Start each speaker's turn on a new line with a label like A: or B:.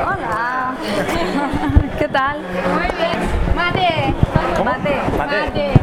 A: Hola. ¿Qué tal? Muy bien. Mate.
B: ¿Cómo?
A: Mate.
B: Mate.
A: Mate.